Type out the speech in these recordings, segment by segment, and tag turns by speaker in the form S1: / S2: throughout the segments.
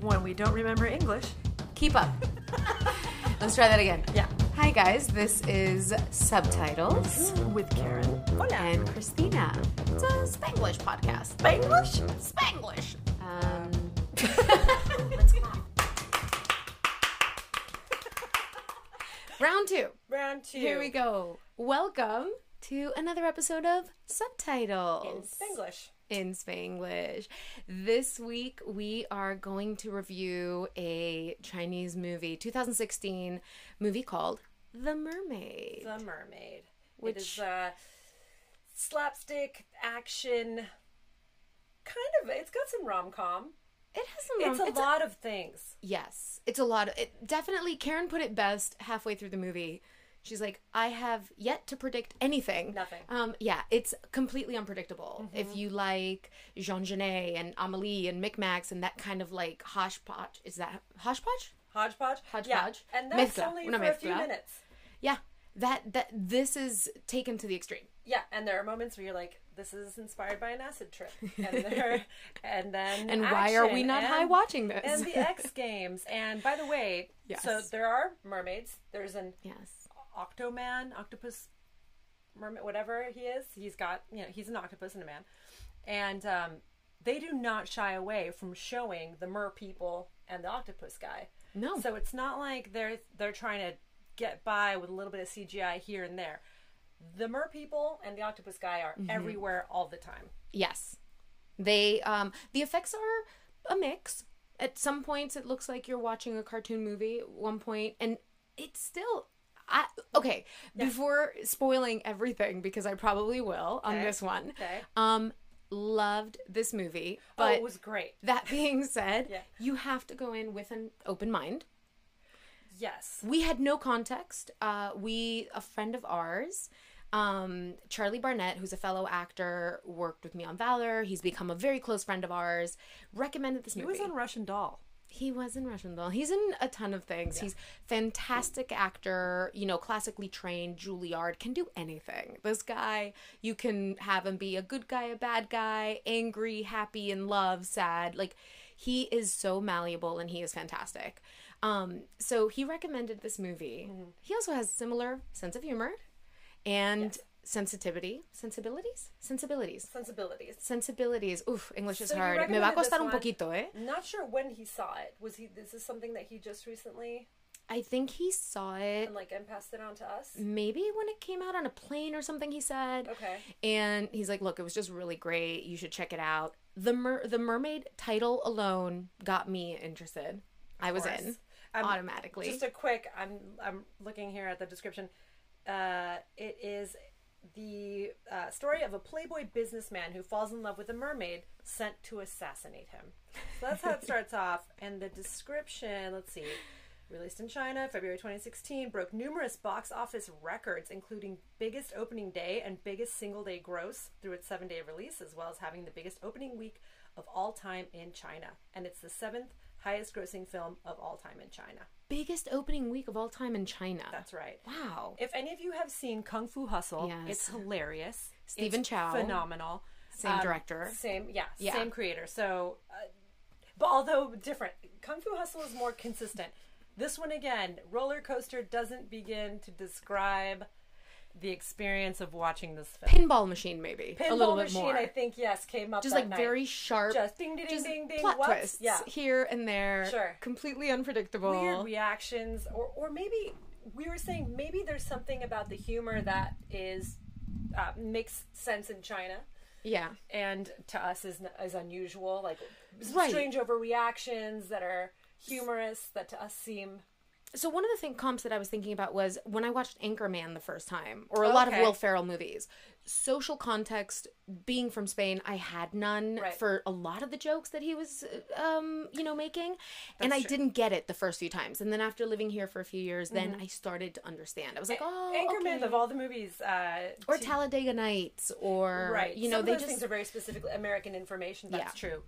S1: when we don't remember English.
S2: Keep up. Let's try that again.
S1: Yeah.
S2: Hi, guys. This is Subtitles
S1: With Karen.
S2: and Christina. It's a Spanglish podcast.
S1: English?
S2: Spanglish. Um, round two.
S1: Round two.
S2: Here we go. Welcome to another episode of Subtitles
S1: English.
S2: in Spanglish. This week we are going to review a Chinese movie, 2016 movie called The Mermaid.
S1: The Mermaid.
S2: Which-
S1: It is a slapstick action. Kind of. It's got some rom com.
S2: It has some
S1: It's
S2: rom-
S1: a lot of things.
S2: yes, it's a lot. Of, it definitely Karen put it best halfway through the movie. She's like, I have yet to predict anything.
S1: Nothing. Mm-hmm.
S2: Um, yeah, it's completely unpredictable. If you like Jean Genet and Amelie and Micmacs and that kind of like hodgepodge, is that hodgepodge?
S1: Hodgepodge.
S2: Hodgepodge.
S1: Yeah. And that's
S2: Mezcla.
S1: only
S2: Una
S1: for a few
S2: mezcla.
S1: minutes.
S2: Yeah, that that this is taken to the extreme.
S1: Yeah, and there are moments where you're like, "This is inspired by an acid trip," and there, and then,
S2: And why are we
S1: action,
S2: not high
S1: and-
S2: watching this?
S1: And the X Games, and by the way,
S2: Yes.
S1: so there are mermaids. There's an
S2: yes.
S1: Octoman, octopus, mermaid, whatever he is. He's got, you know, he's an octopus and a man, and um, they do not shy away from showing the mer people and the octopus guy.
S2: No.
S1: So it's not like they're they're trying to get by with a little bit of CGI here and there. The mer people and the octopus guy are everywhere all the time.
S2: Yes. They um the effects are a mix. At some points it looks like you're watching a cartoon movie at one point and it's still I okay, before spoiling everything because I probably will on
S1: Okay.
S2: this one.
S1: Okay.
S2: Um loved this movie,
S1: oh,
S2: but
S1: it was great.
S2: that being said,
S1: Yeah.
S2: you have to go in with an open mind.
S1: Yes.
S2: we had no context uh, we a friend of ours um, charlie barnett who's a fellow actor worked with me on valor he's become a very close friend of ours recommended this
S1: He
S2: movie
S1: was on Russian Doll.
S2: he was in russian doll he's in a ton of things he's fantastic actor you know classically trained juilliard can do anything this guy you can have him be a good guy a bad guy angry happy in love sad like he is so malleable and he is fantastic um so he recommended this movie
S1: Mm-hmm.
S2: he also has similar sense of humor and sensitivity sensibilities sensibilities
S1: Sensibilities.
S2: sensibilities oof english is
S1: So you
S2: hard me va a
S1: recommended this
S2: costar un
S1: one.
S2: poquito eh
S1: Not sure when he saw it. Was he? This is something that he just recently
S2: I think he saw it
S1: and like and passed it on to us.
S2: maybe when it came out on a plane or something he said.
S1: Okay.
S2: And he's like, "Look, it was just really great. You should check it out." The mer- the mermaid title alone got me interested. I was in
S1: Um,
S2: automatically.
S1: Just a quick. I'm I'm looking here at the description. Uh, it is the uh, story of a playboy businessman who falls in love with a mermaid sent to assassinate him. So that's how it starts off. And the description. Let's see. Released in China, February 2016, broke numerous box office records, including biggest opening day and biggest single day gross through its seven day release, as well as having the biggest opening week of all time in China. And it's the seventh highest grossing film of all time in China.
S2: Biggest opening week of all time in China.
S1: That's right.
S2: wow.
S1: If any of you have seen Kung Fu Hustle,
S2: Yes.
S1: it's hilarious.
S2: Stephen
S1: It's
S2: Chow.
S1: Phenomenal. Um,
S2: Same director.
S1: Same, yeah,
S2: Yeah.
S1: same creator. So, uh, but although different, Kung Fu Hustle is more consistent. This one again, roller coaster doesn't begin to describe the experience of watching this film.
S2: Pinball machine maybe a little bit
S1: Machine,
S2: more.
S1: I think, yes, came up
S2: just
S1: that
S2: like
S1: night.
S2: very sharp
S1: Just ding, ding,
S2: just
S1: ding, ding,
S2: plot
S1: what?
S2: twists
S1: Yeah.
S2: here and there.
S1: Sure.
S2: Completely unpredictable.
S1: weird reactions or or maybe we were saying maybe there's something about the humor that is uh, makes sense in China
S2: yeah.
S1: and to us is is unusual like
S2: Right.
S1: strange overreactions that are humorous that to us seem
S2: so one of the thing, comps that I was thinking about was when I watched Anchorman the first time, or a lot of
S1: Oh, Okay.
S2: Will Ferrell movies. Social context, being from Spain, I had none
S1: Right.
S2: for a lot of the jokes that he was, uh, um, you know, making, and I didn't get it the first few times. And then after living here for a few years, then I started to understand. I was like, oh,
S1: Mm-hmm. Anchorman
S2: okay.
S1: of all the movies uh,
S2: or
S1: to-
S2: Talladega Nights, or
S1: right
S2: you know,
S1: Some of
S2: they
S1: those
S2: just
S1: things are very specifically American information that's
S2: Yeah.
S1: true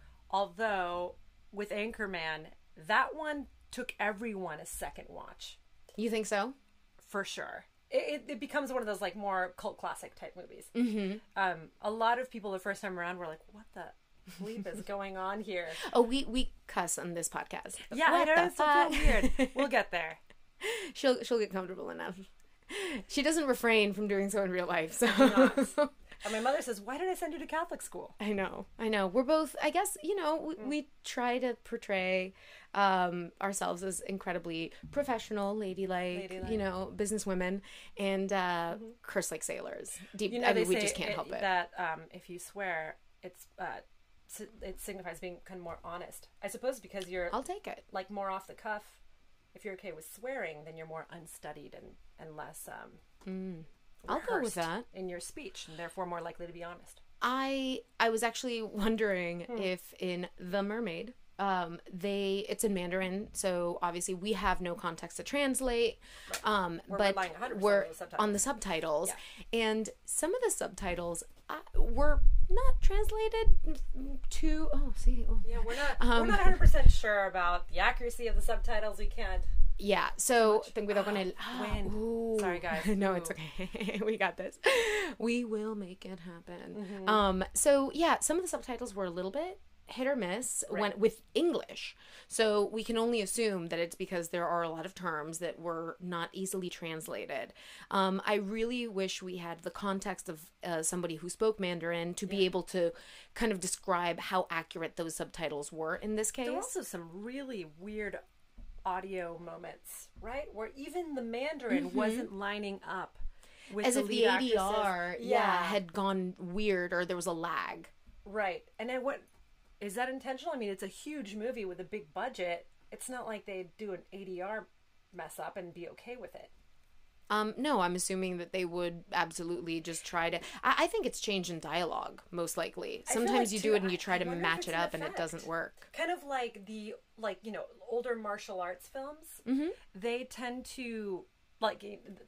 S1: although with Anchorman that one took everyone a second watch
S2: you think so?
S1: for sure. It, it, it becomes one of those like more cult classic type movies. Mm-hmm. Um, a lot of people the first time around were like, "What the bleep is going on here?
S2: Oh, we we cuss on this podcast.
S1: Yeah, I
S2: What
S1: know
S2: the
S1: it's a
S2: fuck?
S1: little weird. We'll get there.
S2: she'll she'll get comfortable enough. She doesn't refrain from doing so in real life. So
S1: not. And my mother says, "Why did I send you to Catholic school?"
S2: I know, I know. We're both, I guess, you know, we, we try to portray um, ourselves as incredibly professional, ladylike, you
S1: Ladylike. Mm-hmm.
S2: know, businesswomen, and uh, curse like sailors. Deep,
S1: You know,
S2: I
S1: they
S2: mean, we
S1: say
S2: just can't help it.
S1: that um, if you swear, it's uh, si- it signifies being kind of more honest. I suppose because you're
S2: I'll take it.
S1: like more off the cuff. If you're okay with swearing, then you're more unstudied and and less. Um,
S2: Mm. I'll go
S1: rehearsed
S2: with that.
S1: in your speech, and therefore more likely to be honest.
S2: I I was actually wondering
S1: Hmm.
S2: if in The Mermaid, um, they it's in Mandarin, so obviously we have no context to translate. Um,
S1: We're
S2: but
S1: relying 100% on
S2: we're
S1: those subtitles.
S2: on the subtitles, and some of the subtitles uh, were not translated to. Oh, see, oh.
S1: Yeah, we're not we're not 100 percent sure about the accuracy of the subtitles. We can't.
S2: Yeah, so tengo cuidado con el. ah,
S1: when?
S2: Ooh.
S1: Sorry, guys.
S2: no,
S1: Ooh.
S2: it's okay. we got this. We will make it happen.
S1: Mm-hmm.
S2: Um, so yeah, some of the subtitles were a little bit hit or miss when with English. So we can only assume that it's because there are a lot of terms that were not easily translated. Um, I really wish we had the context of uh, somebody who spoke Mandarin to be able to kind of describe how accurate those subtitles were in this case.
S1: There were also some really weird audio moments, right? Where even the Mandarin wasn't lining up with
S2: Mm-hmm. as
S1: the
S2: if the
S1: lead actresses.
S2: ADR yeah had gone weird or there was a lag.
S1: right. And then what is that intentional? I mean, it's a huge movie with a big budget. It's not like they do an ADR mess up and be okay with it.
S2: Um, no, I'm assuming that they would absolutely just try to. I, I think it's change in dialogue most likely.
S1: feel like,
S2: Sometimes you do
S1: too,
S2: it and you
S1: I-
S2: try
S1: I
S2: to
S1: wonder if
S2: match
S1: it's
S2: it
S1: an
S2: up and it
S1: effect.
S2: doesn't work.
S1: kind of like the like you know older martial arts films
S2: Mm-hmm.
S1: they tend to like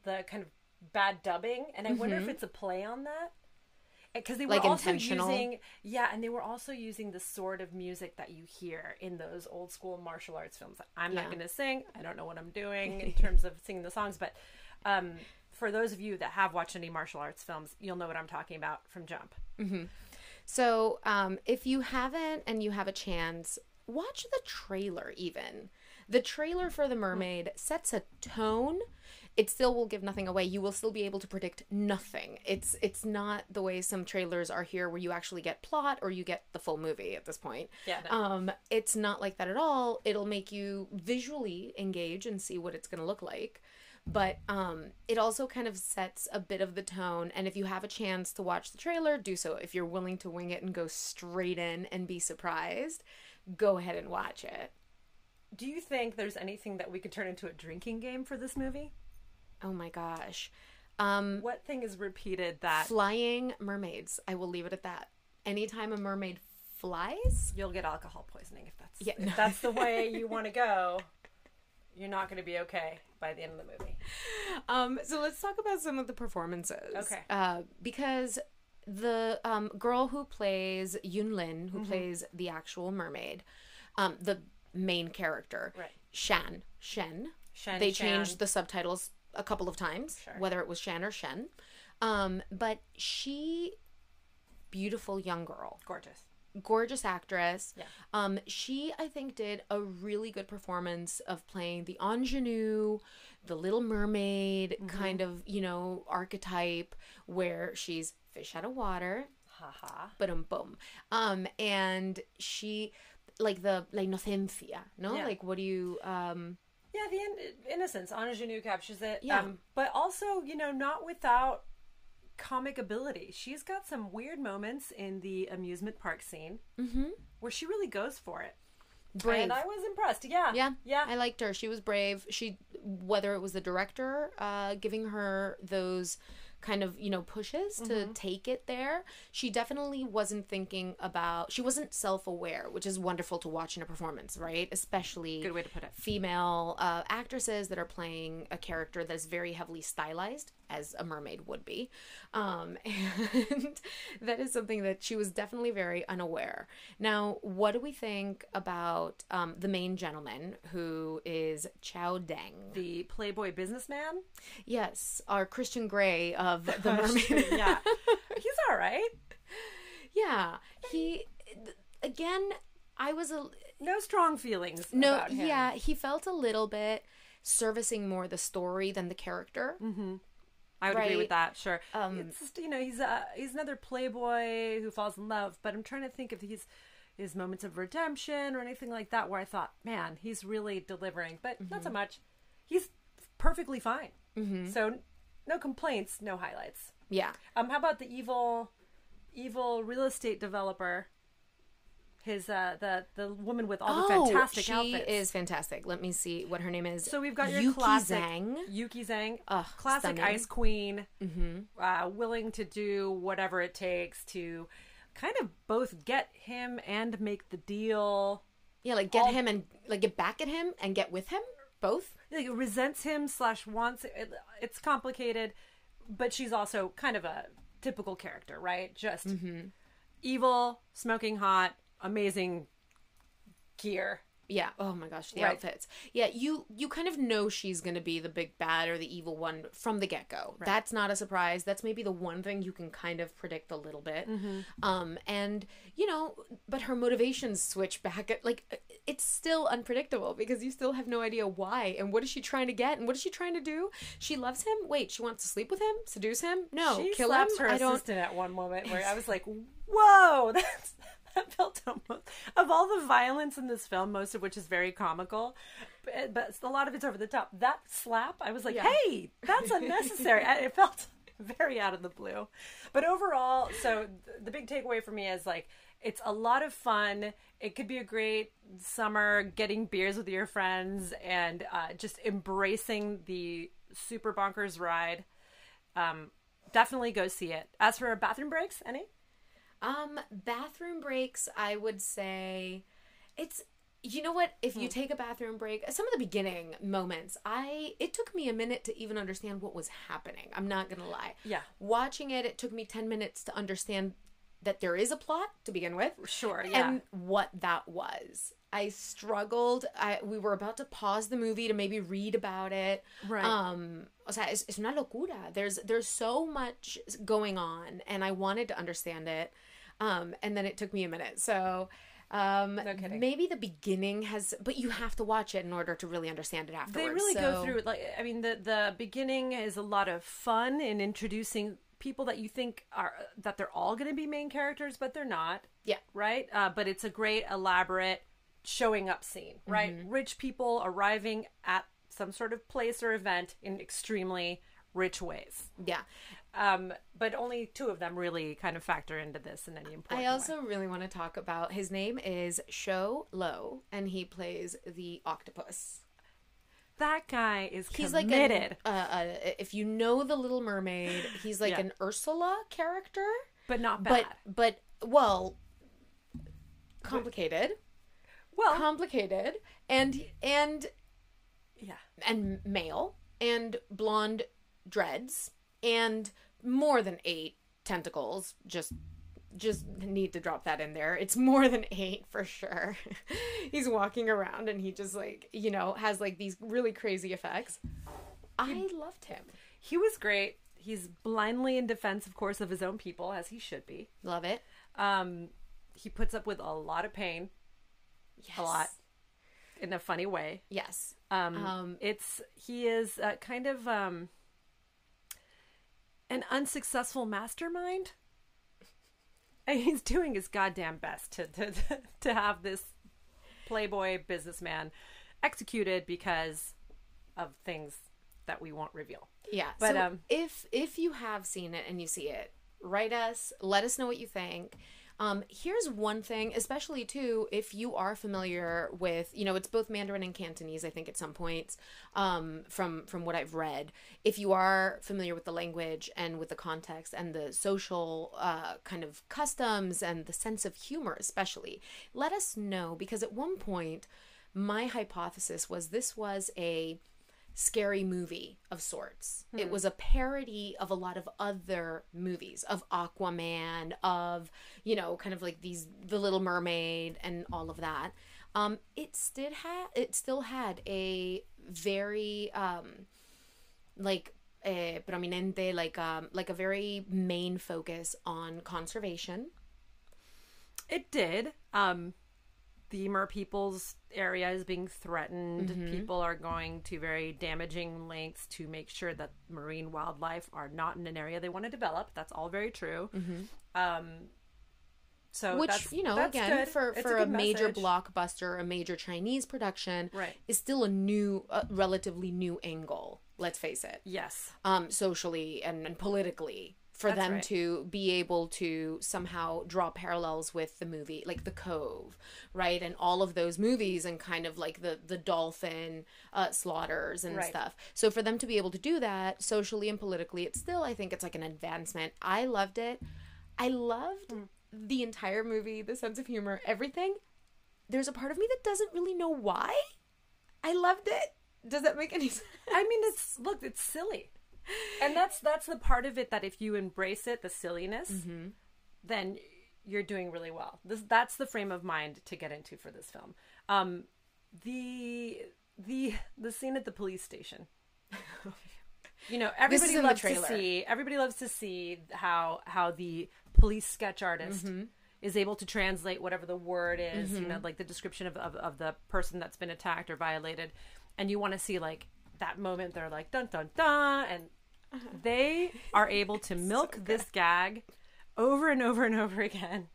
S1: the kind of bad dubbing and i wonder if it's a play on that because they were
S2: Mm-hmm. Like
S1: also
S2: intentional?
S1: using yeah and they were also using the sort of music that you hear in those old school martial arts films i'm
S2: Yeah.
S1: not going to sing i don't know what i'm doing in terms of singing the songs but um, for those of you that have watched any martial arts films you'll know what i'm talking about from jump
S2: Mm-hmm. So, um, if you haven't and you have a chance, watch the trailer even. The trailer for
S1: Hmm.
S2: The Mermaid sets a tone. It still will give nothing away. You will still be able to predict nothing. It's it's not the way some trailers are here where you actually get plot or you get the full movie at this point.
S1: Yeah, no.
S2: Um it's not like that at all. It'll make you visually engage and see what it's going to look like but um it also kind of sets a bit of the tone and if you have a chance to watch the trailer do so if you're willing to wing it and go straight in and be surprised go ahead and watch it
S1: do you think there's anything that we could turn into a drinking game for this movie
S2: oh my gosh um
S1: What thing is repeated that
S2: flying mermaids i will leave it at that anytime a mermaid flies
S1: you'll get alcohol poisoning if that's
S2: Yeah,
S1: if
S2: no.
S1: that's the way you want to go? You're not going to be okay by the end of the movie.
S2: Um, so let's talk about some of the performances.
S1: Okay.
S2: Uh, because the um, girl who plays Yun Lin,
S1: Mm-hmm.
S2: who plays the actual mermaid, um, the main character,
S1: Right.
S2: Shan, Shen.
S1: Shen,
S2: They
S1: Shan.
S2: changed the subtitles a couple of times, whether it was Shan or Shen. Um, but she, beautiful young girl,
S1: Gorgeous.
S2: gorgeous actress.
S1: Yeah.
S2: Um, she I think did a really good performance of playing the ingenue, the Little Mermaid
S1: Mm-hmm.
S2: kind of you know archetype where she's fish out of water,
S1: Haha.
S2: but um boom, um, and she like the la inocencia, no,
S1: Yeah.
S2: like what do you um
S1: Yeah, the in- innocence. Ingenue captures it.
S2: Yeah.
S1: um, but also, you know, not without comic ability. She's got some weird moments in the amusement park scene where she really goes for it.
S2: Mm-hmm. brave.
S1: And I was impressed. Yeah.
S2: Yeah,
S1: Yeah.
S2: I liked her. She was brave. She, whether it was the director uh, giving her those kind of you know pushes to
S1: Mm-hmm.
S2: take it there, she definitely wasn't thinking about. She wasn't self-aware, which is wonderful to watch in a performance, right? Especially
S1: Good way to put it.
S2: female uh, actresses that are playing a character that's very heavily stylized as a mermaid would be um, and that is something that she was definitely very unaware now what do we think about um, the main gentleman who is chow dang
S1: The Playboy businessman.
S2: yes our christian gray of the mermaid
S1: yeah. He's all right.
S2: yeah he again, I was a
S1: No strong feelings.
S2: no,
S1: about him.
S2: yeah, he felt a little bit servicing more the story than the character.
S1: Mm-hmm. I would agree with
S2: right.
S1: that. Sure,
S2: Um,
S1: it's just, you know he's uh, he's another playboy who falls in love, but I'm trying to think if he's his moments of redemption or anything like that where I thought, man, he's really delivering, but not
S2: Mm-hmm.
S1: so much. He's perfectly fine, so no complaints, no highlights.
S2: Yeah.
S1: Um, how about the evil, evil real estate developer? His uh, the the woman with all the fantastic
S2: Oh, she
S1: outfits.
S2: is fantastic. Let me see what her name is.
S1: So we've got your
S2: Yuki
S1: classic
S2: Zhang.
S1: Yuki Zhang,
S2: Ugh,
S1: classic
S2: stunning. Mm-hmm.
S1: ice queen, uh, willing to do whatever it takes to kind of both get him and make the deal.
S2: Yeah, like get him and like get back at him and get with him both.
S1: Like resents him slash wants. It, it's complicated, but she's also kind of a typical character, right? Just
S2: Mm-hmm.
S1: evil, smoking hot, amazing gear.
S2: Yeah. Oh my gosh, the
S1: Right.
S2: outfits. Yeah, you you kind of know she's gonna be the big bad or the evil one from the get go. That's not a surprise. That's maybe the one thing you can kind of predict a little bit.
S1: Mm-hmm.
S2: Um, and you know, but her motivations switch back. At, like it's still unpredictable because you still have no idea why and what is she trying to get and what is she trying to do. She loves him. Wait, she wants to sleep with him, seduce him. No,
S1: she
S2: kill him.
S1: slaps her
S2: I don't.
S1: assistant at one moment where I was like, "Whoa, that's." That felt almost of all the violence in this film, most of which is very comical, but, but a lot of it's over the top. That slap, I was like,
S2: Yeah.
S1: "Hey, that's unnecessary." I- it felt very out of the blue, but overall, so th- the big takeaway for me is like it's a lot of fun. It could be a great summer getting beers with your friends and uh, just embracing the super bonkers ride um, definitely go see it. As for bathroom breaks, any?
S2: Um, bathroom breaks, I would say it's you know what, if
S1: Hmm.
S2: you take a bathroom break, some of the beginning moments, I it took me a minute to even understand what was happening. I'm not going to lie.
S1: Yeah.
S2: Watching it, it took me 10 minutes to understand that there is a plot to begin with.
S1: Sure, yeah.
S2: And what that was. I struggled. I we were about to pause the movie to maybe read about it.
S1: Right.
S2: Um, o sea, es, es una locura. There's there's so much going on, and I wanted to understand it, um, and then it took me a minute. So, um,
S1: kidding.
S2: maybe the beginning has, but you have to watch it in order to really understand it
S1: They
S2: afterwards.
S1: really go
S2: So-
S1: through it. Like, I mean, the the beginning is a lot of fun in introducing people that you think are that they're all going to be main characters, but they're not.
S2: Yeah.
S1: Right. Uh, but it's a great elaborate showing up scene. Right.
S2: Mm-hmm.
S1: Rich people arriving at some sort of place or event in extremely rich ways.
S2: Yeah.
S1: Um, but only two of them really kind of factor into this in any important way.
S2: I also really want to talk about his name is Sho Lo, and he plays the octopus.
S1: That guy is
S2: He's like
S1: committed.
S2: an, uh, uh, if you know the Little Mermaid, he's like
S1: Yeah. Ah.
S2: an Ursula character,
S1: but not bad.
S2: but but well, complicated,
S1: well,
S2: complicated, and and
S1: yeah.
S2: and male and blonde dreads and more than eight tentacles just just need to drop that in there it's more than eight for sure he's walking around and he just like you know has like these really crazy effects i loved him
S1: He was great. He's blindly in defense, of course, of his own people, as he should be.
S2: love it
S1: Um, he puts up with a lot of pain
S2: yes.
S1: A lot. in a funny way.
S2: yes
S1: Um,
S2: Um,
S1: it's he is uh, kind of um, an unsuccessful mastermind. And he's doing his goddamn best to to to have this playboy businessman executed because of things that we won't reveal.
S2: Yeah.
S1: But,
S2: so
S1: um,
S2: if if you have seen it and you see it, write us, let us know what you think. Um, here's one thing, especially too, if you are familiar with, you know, it's both Mandarin and Cantonese, I think, at some points, um, from from what I've read. If you are familiar with the language and with the context and the social uh, kind of customs and the sense of humor, especially, let us know because at one point, my hypothesis was this was a scary movie of sorts. It was a parody of a lot of other movies, of Aquaman, of, you know, kind of like these The Little Mermaid and all of that. Um, it still had it still had a very um like eh, prominente like um like a very main focus on conservation
S1: It did. Um, the mer people's area is being threatened.
S2: Mm-hmm.
S1: People are going to very damaging lengths to make sure that marine wildlife are not in an area they want to develop. That's all very true. Um, so
S2: Mm-hmm. Which
S1: that's,
S2: you know,
S1: that's
S2: again,
S1: good.
S2: for
S1: It's
S2: for a,
S1: good
S2: major
S1: message.
S2: blockbuster, a major Chinese production,
S1: Right.
S2: is still a new, a relatively new angle. Let's face it.
S1: Yes,
S2: um, socially and, and politically for
S1: That's
S2: them
S1: right.
S2: to be able to somehow draw parallels with the movie like the cove right and all of those movies and kind of like the the dolphin uh, slaughters and
S1: Right.
S2: stuff so for them to be able to do that socially and politically it's still i think it's like an advancement i loved it i loved
S1: Hmm.
S2: the entire movie the sense of humor everything there's a part of me that doesn't really know why i loved it does that make any sense
S1: I mean it's look, it's silly, and that's that's the part of it that if you embrace it, the silliness,
S2: Mm-hmm.
S1: then you're doing really well. This that's the frame of mind to get into for this film. Um, the the the scene at the police station. You know, everybody
S2: in the
S1: loves to
S2: trailer.
S1: see. Everybody loves to see how how the police sketch artist is able to translate whatever the word is. You know, like the description of, of of the person that's been attacked or violated, and you want to see like that moment. They're like dun dun dun, and they are able to milk this gag over and over and over again.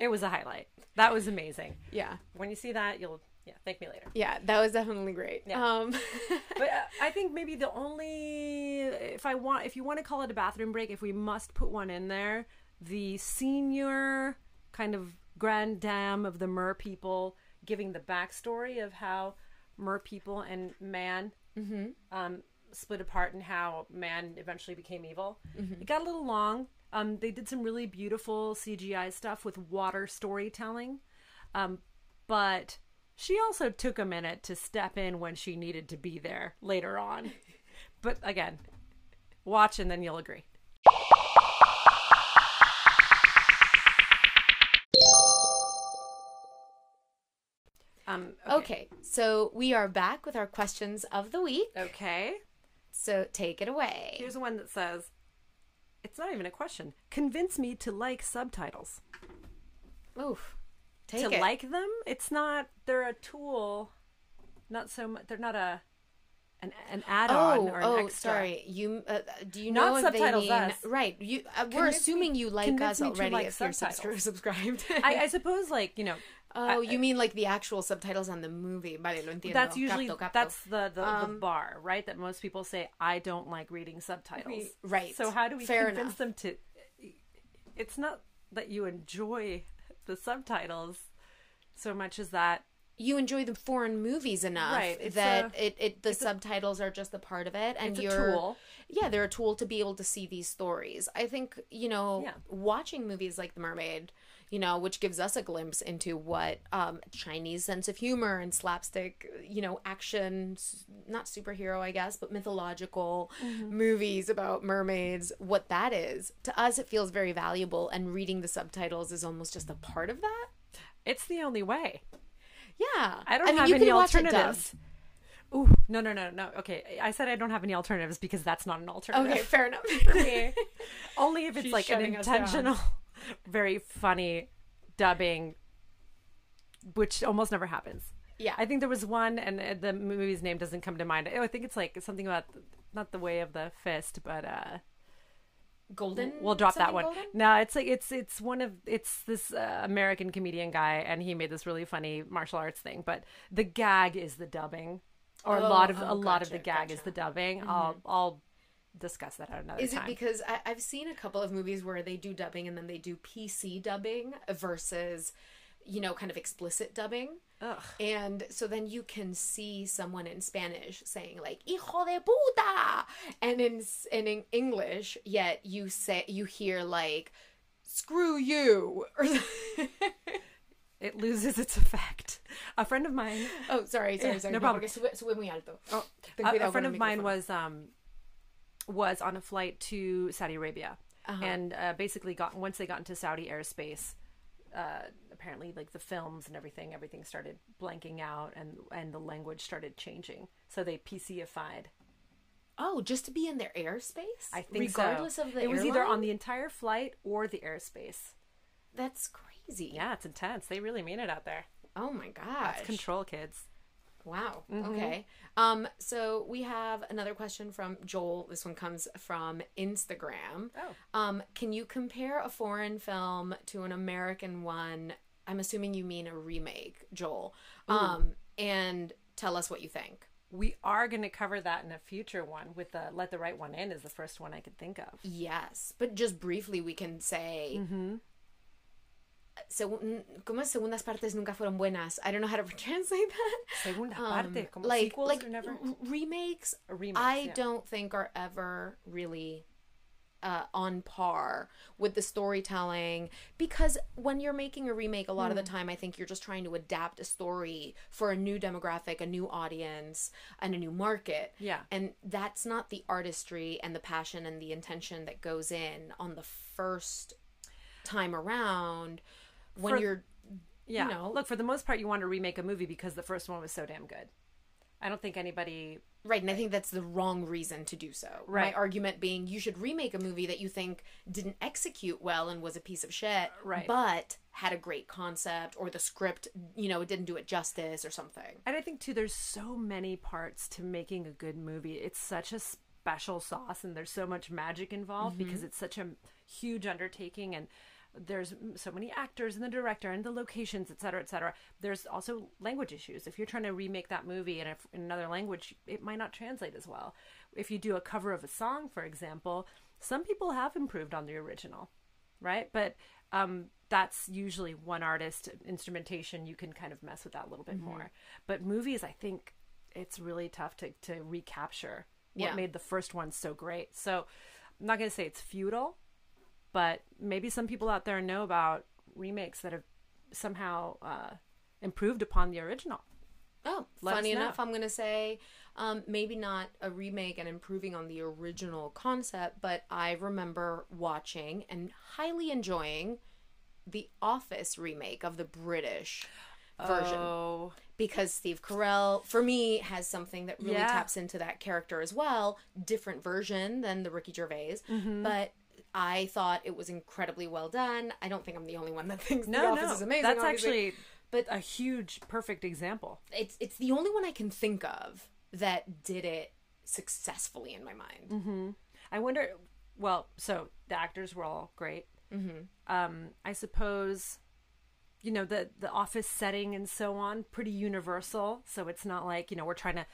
S1: It was a highlight. That was amazing.
S2: yeah
S1: When you see that, you'll yeah, thank me later.
S2: Yeah, that was definitely great. Um,
S1: But uh, I think maybe the only if I want if you want to call it a bathroom break, if we must put one in there, the senior kind of grand dame of the mer people giving the backstory of how mer people and man um, split apart and how man eventually became evil. It got a little long. Um, they did some really beautiful CGI stuff with water storytelling, um, but she also took a minute to step in when she needed to be there later on. but again, watch and then you'll agree. Um, okay.
S2: okay, so we are back with our questions of the week.
S1: Okay.
S2: So take it away.
S1: Here's one that says, "It's not even a question. Convince me to like subtitles.
S2: Oof. Take
S1: to
S2: it.
S1: like them. It's not. They're a tool. Not so much. They're not a an an add-on
S2: oh,
S1: or an
S2: oh,
S1: extra.
S2: sorry. You uh, do you
S1: Not
S2: know if
S1: subtitles
S2: they mean
S1: us.
S2: right? You uh, we're
S1: Convince me-
S2: assuming you like
S1: convince
S2: us
S1: me to
S2: already
S1: like
S2: if you're subs-
S1: subtitles.
S2: subscribed.
S1: I, I suppose, like you know,
S2: oh, you mean like the actual subtitles on the movie? Vale, lo entiendo.
S1: that's usually
S2: Capto, Um, capto.
S1: that's the the, the bar, right? That most people say, "I don't like reading subtitles."
S2: We- right.
S1: So how do we
S2: Fair
S1: convince
S2: enough.
S1: them to? It's not that you enjoy the subtitles so much as that
S2: you enjoy the foreign movies enough
S1: Right, it's
S2: that
S1: a-
S2: it, it the subtitles are just a part of it and
S1: It's a
S2: you're
S1: tool.
S2: yeah they're a tool to be able to see these stories i think you know
S1: Yeah.
S2: watching movies like the mermaid you know which gives us a glimpse into what um chinese sense of humor and slapstick you know action s- not superhero i guess but mythological
S1: Mm-hmm.
S2: movies about mermaids what that is to us it feels very valuable and reading the subtitles is almost just a part of that
S1: it's the only way.
S2: yeah
S1: I don't
S2: mean,
S1: have
S2: you
S1: any
S2: can watch it dubbed.
S1: alternatives. Ooh, no, no, no, no. Okay, I said I don't have any alternatives because that's not an alternative.
S2: Okay, fair enough.
S1: Only if it's
S2: She's
S1: like an
S2: shutting us down.
S1: intentional, very funny dubbing, which almost never happens.
S2: Yeah.
S1: I think there was one, and uh, the movie's name doesn't come to mind. Oh, I think it's like something about th- not the way of the fist, but uh,
S2: golden.
S1: we'll drop that
S2: something
S1: one.
S2: golden?
S1: No, it's like it's it's one of it's this uh, American comedian guy, and he made this really funny martial arts thing. But the gag is the dubbing, or a
S2: Oh,
S1: lot of
S2: oh,
S1: a lot of the
S2: gotcha,
S1: gag is
S2: gotcha. Mm-hmm.
S1: the dubbing. I'll I'll discuss that at another
S2: Is
S1: time.
S2: it because I, I've seen a couple of movies where they do dubbing and then they do PC dubbing versus, you know, kind of explicit dubbing.
S1: Ugh.
S2: And so then you can see someone in Spanish saying like "hijo de puta," and in s- and in English, yet you say you hear like "screw you." Or,
S1: it loses its effect. A friend of mine,
S2: oh, sorry, sorry, sorry.
S1: no problem.
S2: porque sube, sube muy alto. Oh,
S1: a, a friend of mine was um, was on a flight to Saudi Arabia,
S2: Uh-huh.
S1: and uh, basically got once they got into Saudi airspace, uh, apparently like the films and everything, everything started blanking out, and and the language started changing. So they PCified.
S2: Oh, just to be in their airspace?
S1: I think so.
S2: regardless of the
S1: it was either
S2: airline?
S1: on the entire flight or the airspace.
S2: That's crazy. crazy.
S1: Yeah, it's intense. They really mean it out there.
S2: Oh my gosh.
S1: Control kids.
S2: Wow.
S1: Mm-hmm.
S2: Okay. Um, so we have another question from Joel. This one comes from Instagram.
S1: Oh.
S2: Um, can you compare a foreign film to an American one? I'm assuming you mean a remake, Joel. Um, and tell us what you think.
S1: We are going to cover that in a future one with the Let the Right One In is the first one I could think of.
S2: Um, Yes, but just briefly we can say. Segun, ¿Cómo es? Segundas partes nunca fueron buenas. I don't know how to translate that.
S1: Segunda
S2: Um,
S1: parte, como sequels are never.
S2: r- remakes,
S1: Remakes,
S2: I
S1: yeah.
S2: don't think are ever really uh, on par with the storytelling because when you're making a remake, a lot of
S1: Hmm.
S2: the time I think you're just trying to adapt a story for a new demographic, a new audience, and a new market.
S1: Yeah.
S2: and that's not the artistry and the passion and the intention that goes in on the first time around when
S1: For-
S2: you're
S1: Yeah.
S2: know.
S1: Look, for the most part, you want to remake a movie because the first one was so damn good. I don't think anybody.
S2: Right, and I think that's the wrong reason to do so.
S1: Right.
S2: My argument being you should remake a movie that you think didn't execute well and was a piece of shit,
S1: Right.
S2: but had a great concept or the script, you know, it didn't do it justice or something.
S1: And I think, too, there's so many parts to making a good movie. It's such a special sauce, and there's so much magic involved because it's such a huge undertaking. And there's m- so many actors and the director and the locations, et cetera, et cetera. There's also language issues. If you're trying to remake that movie in, a, in another language, it might not translate as well. If you do a cover of a song, for example, some people have improved on the original. right? But um, that's usually one artist instrumentation. You can kind of mess with that a little
S2: Mm-hmm.
S1: bit more. But movies, I think it's really tough to, to recapture what
S2: Yeah.
S1: made the first one so great. So I'm not going to say it's futile, but maybe some people out there know about remakes that have somehow uh, improved upon the original.
S2: Oh,
S1: Let
S2: funny
S1: us know.
S2: enough, I'm going to say um, maybe not a remake and improving on the original concept, but I remember watching and highly enjoying the Office remake of the British version.
S1: Oh,
S2: because Steve Carell, for me, has something that really
S1: Yeah.
S2: taps into that character as well. Different version than the Ricky Gervais,
S1: Mm-hmm.
S2: but I thought it was incredibly well done. I don't think I'm the only one that thinks The
S1: no,
S2: Office
S1: no.
S2: is amazing.
S1: that's
S2: obviously.
S1: actually
S2: but
S1: a huge, perfect example.
S2: it's it's the only one I can think of that did it successfully in my mind.
S1: Mm-hmm. I wonder. Well, so the actors were all great. Mm-hmm. Um, I suppose, you know, the the office setting and so on, pretty universal. So it's not like you know we're trying to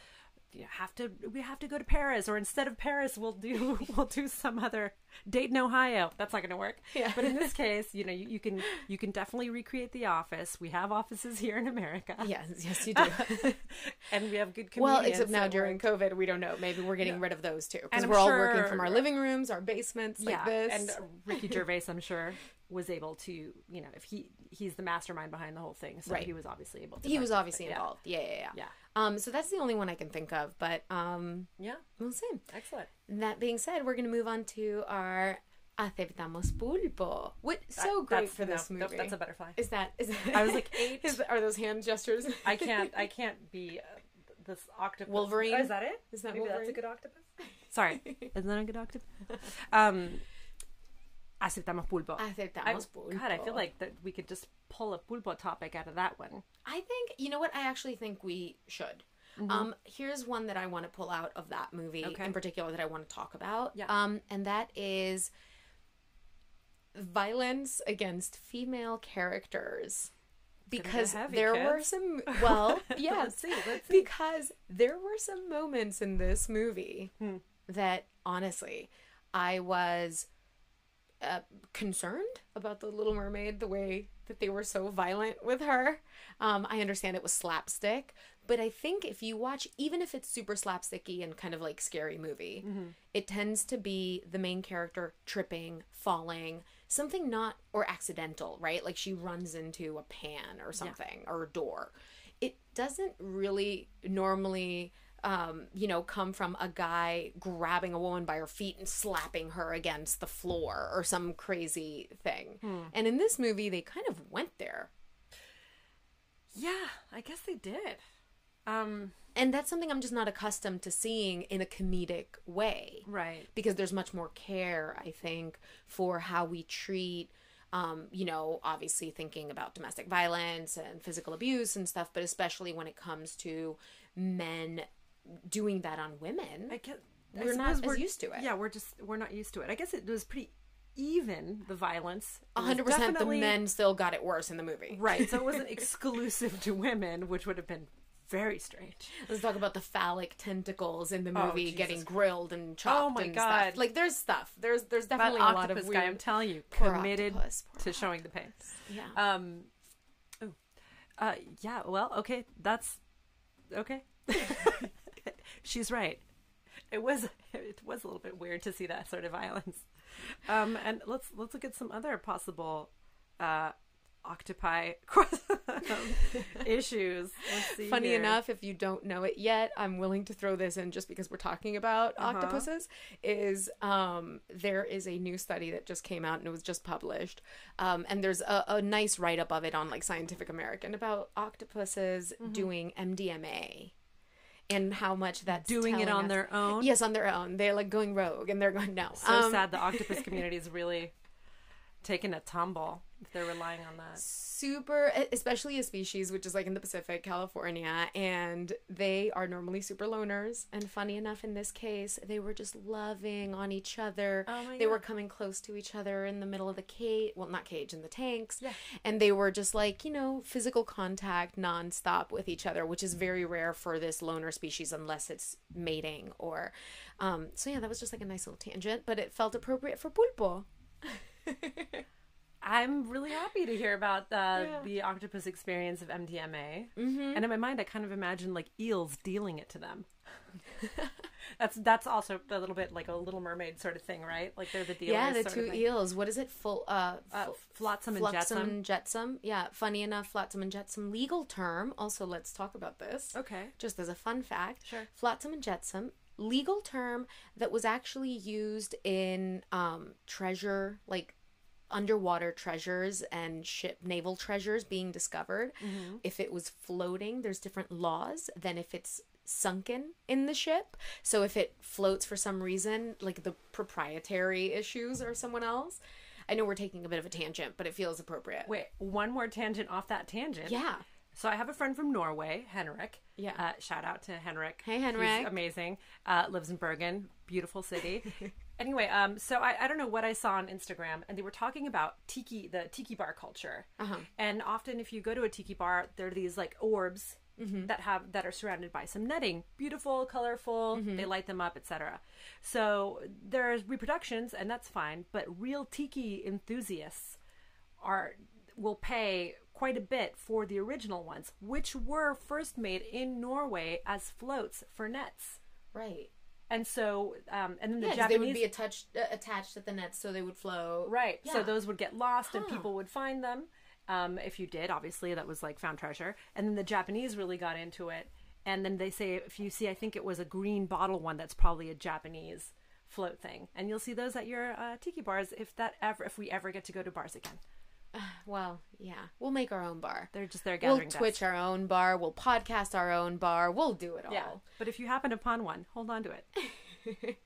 S1: you know, have to we have to go to Paris or instead of Paris we'll do we'll do some other Dayton, Ohio. That's not going to work.
S2: Yeah.
S1: But in this case, you know, you, you can you can definitely recreate the office. We have offices here in America,
S2: Yes, yes, you do.
S1: and we have good comedians.
S2: well, except now
S1: that
S2: during
S1: work-
S2: COVID, we don't know. Maybe we're getting rid of those too because
S1: I'm
S2: we're all working
S1: sure-
S2: from our living rooms, our basements, like this.
S1: And Ricky Gervais, I'm sure, was able to, you know, if he he's the mastermind behind the whole thing, so
S2: Right.
S1: he was obviously able to.
S2: he
S1: talk
S2: was
S1: about
S2: obviously
S1: it. Yeah.
S2: involved. Yeah, yeah, yeah.
S1: Yeah.
S2: Um, so that's the only one I can think of, but um,
S1: Yeah.
S2: we'll see.
S1: Excellent.
S2: That being said, we're gonna move on to our aceptamos pulpo. What so
S1: That-
S2: great
S1: that's-
S2: for this
S1: no,
S2: movie?
S1: th- That's a butterfly.
S2: Is that? Is
S1: I was like, eight.
S2: Is, are those hand gestures?
S1: I can't. I can't be uh, this octopus.
S2: Wolverine?
S1: Oh, is that it?
S2: Is that
S1: Maybe that's a
S2: Wolverine?
S1: good octopus. Sorry, isn't that a good octopus? Um, aceptamos pulpo. I,
S2: Aceptamos pulpo.
S1: God, I feel like that we could just pull a pulpo topic out of that one.
S2: I think you know what I actually think we should. Um, here's one that I want to pull out of that movie
S1: Mm-hmm. Okay.
S2: in particular that I want to talk about.
S1: Yeah.
S2: Um, and that is violence against female characters.
S1: get
S2: Because
S1: heavy,
S2: there were
S1: kids.
S2: some well,
S1: Let's
S2: yes.
S1: see, let's see.
S2: Because there were some moments in this movie that honestly I was uh, concerned about the Little Mermaid, the way that they were so violent with her. Um, I understand it was slapstick, but I think if you watch, even if it's super slapsticky and kind of like scary movie, it tends to be the main character tripping, falling, something not or accidental, right? Like she runs into a pan or something or a door. It doesn't really normally um, you know, come from a guy grabbing a woman by her feet and slapping her against the floor or some crazy thing. And in this movie, they kind of went there.
S1: Yeah, I guess they did. Um,
S2: And that's something I'm just not accustomed to seeing in a comedic way.
S1: right.
S2: Because there's much more care, I think, for how we treat um, you know, obviously thinking about domestic violence and physical abuse and stuff, but especially when it comes to men doing that on women.
S1: I guess, I
S2: We're not
S1: suppose
S2: as used to it.
S1: Yeah, we're just we're not used to it. I guess it was pretty even the violence. It was
S2: 100%
S1: definitely-
S2: the men still got it worse in the movie.
S1: Right, so it wasn't exclusive to women, which would have been very strange.
S2: Let's talk about the phallic tentacles in the movie
S1: Oh, Jesus Oh
S2: getting grilled and chopped
S1: my
S2: and
S1: God.
S2: stuff. Like there's stuff. There's there's
S1: That
S2: definitely a lot of
S1: octopus
S2: weird
S1: guy, I'm telling you,
S2: Poor
S1: committed
S2: octopus, poor
S1: to showing the pain.
S2: Yeah.
S1: Um, ooh. uh, yeah. Well, okay, that's okay. She's right. It was it was a little bit weird to see that sort of violence. Um, and let's let's look at some other possible uh, octopi cross issues. Let's see
S2: Funny
S1: here.
S2: enough, if you don't know it yet, I'm willing to throw this in just because we're talking about
S1: Uh-huh.
S2: octopuses. Is um, there is a new study that just came out and it was just published, um, and there's a, a nice write up of it on like Scientific American about octopuses
S1: Mm-hmm.
S2: doing MDMA, and how much that's
S1: doing it on
S2: telling us-
S1: their own.
S2: Yes, on their own. They're like going rogue, and they're going no.
S1: So
S2: um,
S1: sad. The octopus community is really taking a tumble if they're relying on that.
S2: super e, especially a species which is like in the pacific california and they are normally super loners and funny enough in this case they were just loving on each other
S1: Oh my
S2: they
S1: God.
S2: were coming close to each other in the middle of the cage well not cage in the tanks
S1: Yeah.
S2: and they were just like you know physical contact nonstop with each other which is very rare for this loner species unless it's mating or um so yeah that was just like a nice little tangent but it felt appropriate for pulpo
S1: I'm really happy to hear about the the octopus experience of MDMA. Mm-hmm. And in my mind, I kind of imagine like eels dealing it to them. that's that's also a little bit like a Little Mermaid sort of thing, right? Like they're the dealers.
S2: Yeah, the
S1: sort
S2: two
S1: of thing.
S2: eels. What is it? Full, uh,
S1: Uh,
S2: full-
S1: flotsam and
S2: flotsam
S1: jetsam.
S2: and jetsam. Yeah, funny enough, flotsam and jetsam legal term. Also, let's talk about this.
S1: Okay.
S2: Just as a fun fact,
S1: Sure.
S2: flotsam and jetsam legal term that was actually used in um, treasure like underwater treasures and ship naval treasures being discovered
S1: Mm-hmm.
S2: if it was floating there's different laws than if it's sunken in the ship so if it floats for some reason like the proprietary issues or someone else i know we're taking a bit of a tangent but it feels appropriate
S1: Wait, one more tangent off that tangent.
S2: yeah
S1: So I have a friend from Norway, Henrik.
S2: Yeah.
S1: Uh, shout out to Henrik.
S2: Hey,
S1: He's
S2: Henrik.
S1: amazing. Uh, lives in Bergen, beautiful city. anyway, um, so I, I don't know what I saw on Instagram, and they were talking about tiki, the tiki bar culture. Uh-huh. And often, if you go to a tiki bar, there are these like orbs.
S2: Mm-hmm.
S1: That have that are surrounded by some netting, beautiful, colorful.
S2: Mm-hmm.
S1: They light them up, etc. So there's reproductions, and that's fine. But real tiki enthusiasts are will pay quite a bit for the original ones, which were first made in Norway as floats for nets.
S2: right
S1: And so, um, and then the
S2: yeah 'cause
S1: Japanese,
S2: they would be attached uh, attached at the nets so they would float
S1: right? So
S2: Yeah.
S1: those would get lost, and people would find them. Um, if you did, obviously, that was like found treasure. And then the Japanese really got into it. And then they say, if you see, I think it was a green bottle one that's probably a Japanese float thing, and you'll see those at your uh, tiki bars if that ever, if we ever get to go to bars again.
S2: Well, yeah, we'll make our own bar.
S1: They're just there
S2: We'll
S1: gathering. dust.
S2: Twitch our own bar. We'll podcast our own bar. We'll do it all.
S1: Yeah. But if you happen upon one, hold on to it.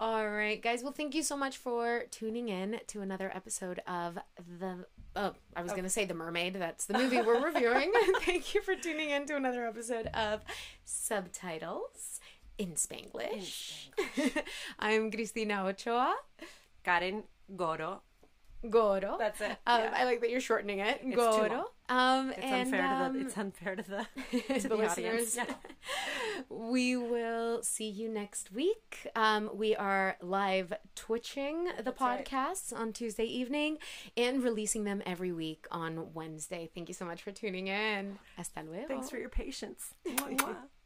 S2: All right, guys. Well, thank you so much for tuning in to another episode of the. Oh, I was going to say The Mermaid. That's the movie we're reviewing. thank you for tuning in to another episode of Subtitles in Spanglish. I'm Cristina Ochoa.
S1: Karen Goro.
S2: Goro.
S1: That's it,
S2: Um,
S1: yeah.
S2: I like that you're shortening it.
S1: too long.
S2: Goro. Um,
S1: It's
S2: and,
S1: unfair
S2: um,
S1: to the it's unfair to the to the,
S2: the
S1: audience.
S2: listeners. We will see you next week. Um, we are live twitching the
S1: right.
S2: podcasts on Tuesday evening and releasing them every week on Wednesday. Thank you so much for tuning in. Hasta luego.
S1: Thanks for your patience. Mwah, mwah.